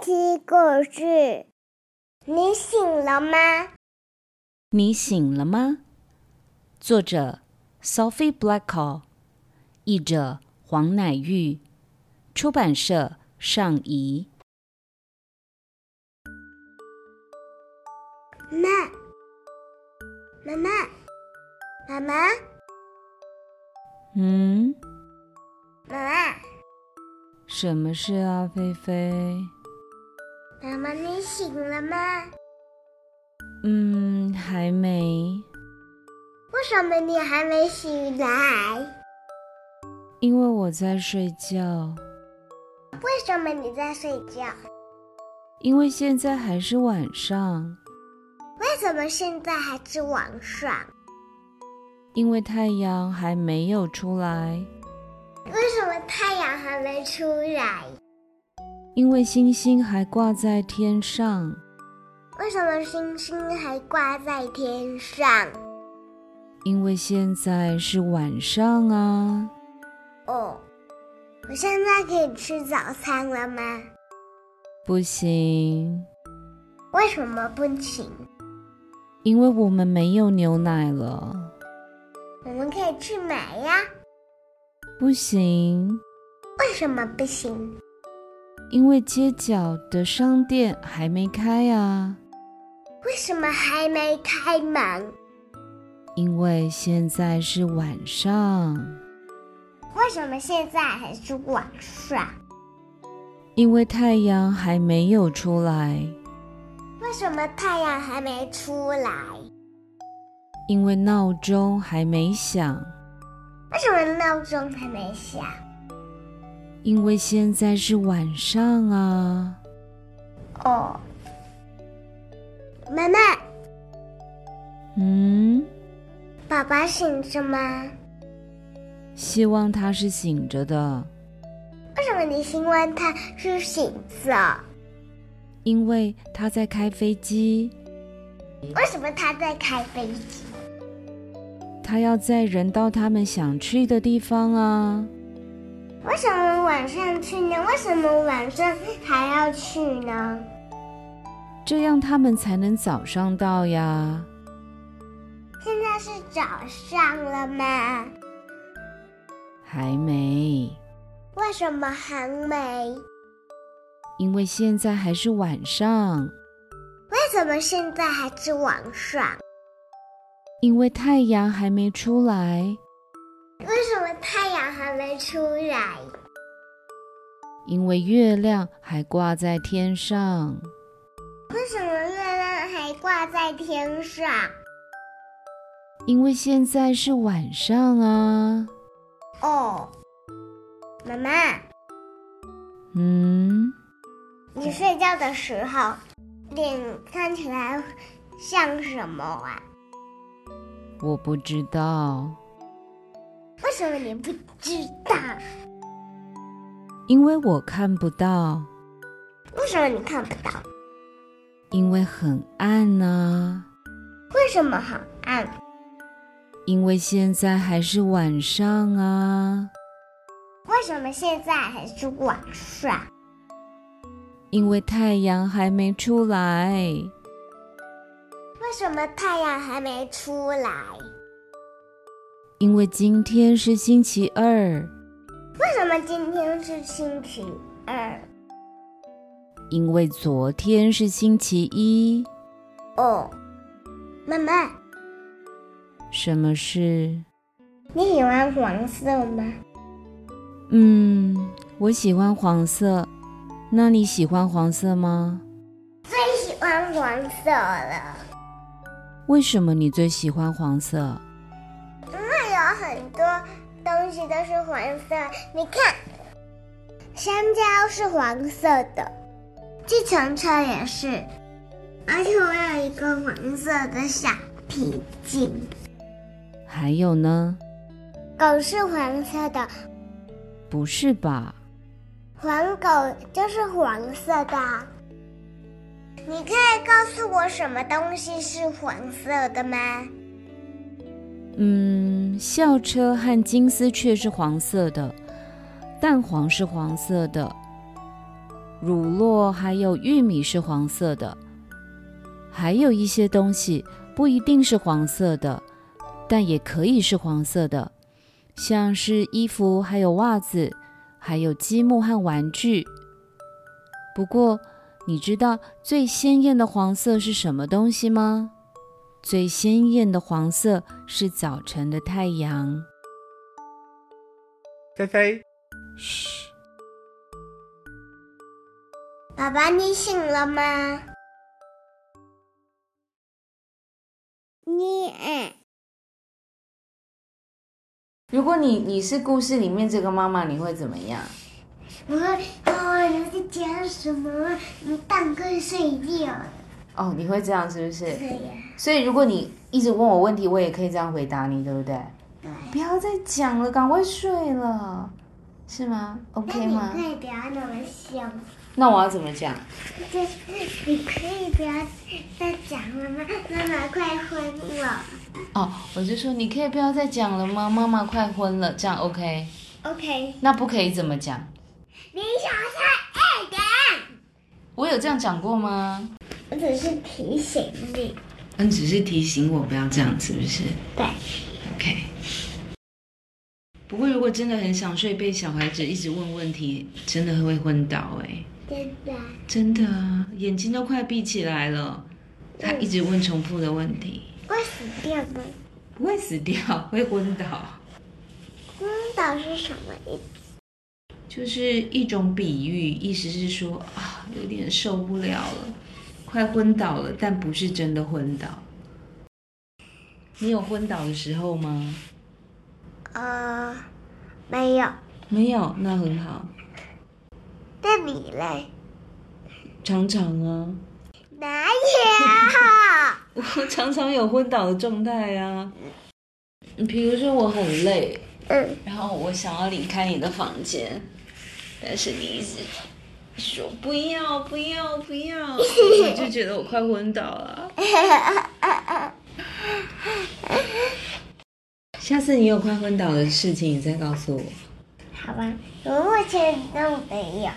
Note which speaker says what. Speaker 1: 听故事。你醒了吗？
Speaker 2: 你醒了吗？作者：Sophie Blackall，译者：黄乃玉，出版社：上译。
Speaker 1: 妈妈，妈妈，妈妈，
Speaker 2: 嗯，
Speaker 1: 妈妈，
Speaker 2: 什么事啊，菲菲？
Speaker 1: 妈妈，你醒了吗？
Speaker 2: 嗯，还没，
Speaker 1: 为什么你还没醒来？
Speaker 2: 因为我在睡觉，
Speaker 1: 为什么你在睡觉？
Speaker 2: 因为现在还是晚上，
Speaker 1: 为什么现在还是晚上？
Speaker 2: 因为太阳还没有出来，
Speaker 1: 为什么太阳还没出来？
Speaker 2: 因为星星还挂在天上。
Speaker 1: 为什么星星还挂在天上？
Speaker 2: 因为现在是晚上啊，
Speaker 1: 哦，我现在可以吃早餐了吗？
Speaker 2: 不行，
Speaker 1: 为什么不行？
Speaker 2: 因为我们没有牛奶了，
Speaker 1: 我们可以去买呀。
Speaker 2: 不行，
Speaker 1: 为什么不行？
Speaker 2: 因为街角的商店还没开啊，
Speaker 1: 为什么还没开门？
Speaker 2: 因为现在是晚上，
Speaker 1: 为什么现在还是晚上？
Speaker 2: 因为太阳还没有出来，
Speaker 1: 为什么太阳还没出来？
Speaker 2: 因为闹钟还没响，
Speaker 1: 为什么闹钟还没响？
Speaker 2: 因为现在是晚上啊。
Speaker 1: 哦，妈妈，
Speaker 2: 嗯，
Speaker 1: 爸爸醒着吗？
Speaker 2: 希望他是醒着的，
Speaker 1: 为什么你希望他是醒着？
Speaker 2: 因为他在开飞机。
Speaker 1: 为什么他在开飞机？
Speaker 2: 他要载人到他们想去的地方啊，
Speaker 1: 为什么晚上去呢？为什么晚上还要去呢？
Speaker 2: 这样他们才能早上到呀。
Speaker 1: 现在是早上了吗？
Speaker 2: 还没，
Speaker 1: 为什么还没？
Speaker 2: 因为现在还是晚上，
Speaker 1: 为什么现在还是晚上？
Speaker 2: 因为太阳还没出来，
Speaker 1: 为什么太阳还没出来？
Speaker 2: 因为月亮还挂在天上，
Speaker 1: 为什么月亮还挂在天上？
Speaker 2: 因为现在是晚上啊。
Speaker 1: 哦，妈妈，
Speaker 2: 嗯，
Speaker 1: 你睡觉的时候脸看起来像什么啊？
Speaker 2: 我不知道，
Speaker 1: 为什么你不知道？
Speaker 2: 因为我看不到，
Speaker 1: 为什么你看不到？
Speaker 2: 因为很暗啊呐、
Speaker 1: 为什么很暗？
Speaker 2: 因为现在还是晚上啊。
Speaker 1: 为什么现在还是晚上？
Speaker 2: 因为太阳还没出来，
Speaker 1: 为什么太阳还没出来？
Speaker 2: 因为今天是星期二，
Speaker 1: 为什么今天是星期二？
Speaker 2: 因为昨天是星期一。
Speaker 1: 哦，妈妈，
Speaker 2: 什么事？
Speaker 1: 你喜欢黄色吗？
Speaker 2: 嗯，我喜欢黄色。那你喜欢黄色吗？
Speaker 1: 最喜欢黄色了，
Speaker 2: 为什么你最喜欢黄色？
Speaker 1: 因为有很多东西都是黄色。你看，香蕉是黄色的，计程车也是，而且我有一个黄色的小皮筋，
Speaker 2: 还有呢？
Speaker 1: 狗是黄色的，
Speaker 2: 不是吧？
Speaker 1: 黄狗就是黄色的。你可以告诉我什么东西是黄色的吗？
Speaker 2: 嗯，校车和金丝雀是黄色的，蛋黄是黄色的，乳酪还有玉米是黄色的，还有一些东西不一定是黄色的，但也可以是黄色的，像是衣服还有袜子，还有积木和玩具。不过，你知道最鲜艳的黄色是什么东西吗？最鲜艳的黄色是早晨的太阳。
Speaker 3: 猜猜，
Speaker 2: 嘘，
Speaker 1: 爸爸，你醒了吗？你
Speaker 2: 如果你你是故事里面这个妈妈，你会怎么样？
Speaker 1: 我哦，你在讲什么？你蛋哥睡觉了。
Speaker 2: 哦，你会这样是不是？
Speaker 1: 对呀，
Speaker 2: 所以如果你一直问我问题，我也可以这样回答你，对不对？
Speaker 1: 对。
Speaker 2: 不要再讲了，赶快睡了，是吗
Speaker 1: 那
Speaker 2: ？OK
Speaker 1: 你
Speaker 2: 吗？
Speaker 1: 可以不要那么凶，
Speaker 2: 那我要怎么讲？
Speaker 1: 就是你可以不要再讲妈妈，妈妈快昏了。
Speaker 2: 哦，我就说你可以不要再讲了吗？妈妈快昏了，这样 OK？
Speaker 1: OK，
Speaker 2: 那不可以怎么讲？
Speaker 1: 你小声一点。
Speaker 2: 我有这样讲过吗？
Speaker 1: 我只是提醒你。
Speaker 2: 你嗯只是提醒我不要这样，是不是
Speaker 1: 对，
Speaker 2: ？OK。不过如果真的很想睡，被小孩子一直问问题，真的会昏倒哎、
Speaker 1: 真的。
Speaker 2: 真的啊，眼睛都快闭起来了。他一直问重复的问题，
Speaker 1: 会死掉吗？
Speaker 2: 不会死掉，会昏倒，
Speaker 1: 昏倒是什么意思？
Speaker 2: 就是一种比喻，意思是说啊，有点受不了了，快昏倒了，但不是真的昏倒。你有昏倒的时候吗？
Speaker 1: 呃，没有。
Speaker 2: 没有，那很好。
Speaker 1: 那你嘞？
Speaker 2: 常常啊，
Speaker 1: 哪有？
Speaker 2: 我常常有昏倒的状态啊。比如说我很累，
Speaker 1: 嗯，
Speaker 2: 然后我想要离开你的房间，但是你一直说不要不要不要，我就觉得我快昏倒了。下次你有快昏倒的事情，你再告诉我。
Speaker 1: 好吧，我目前都没有。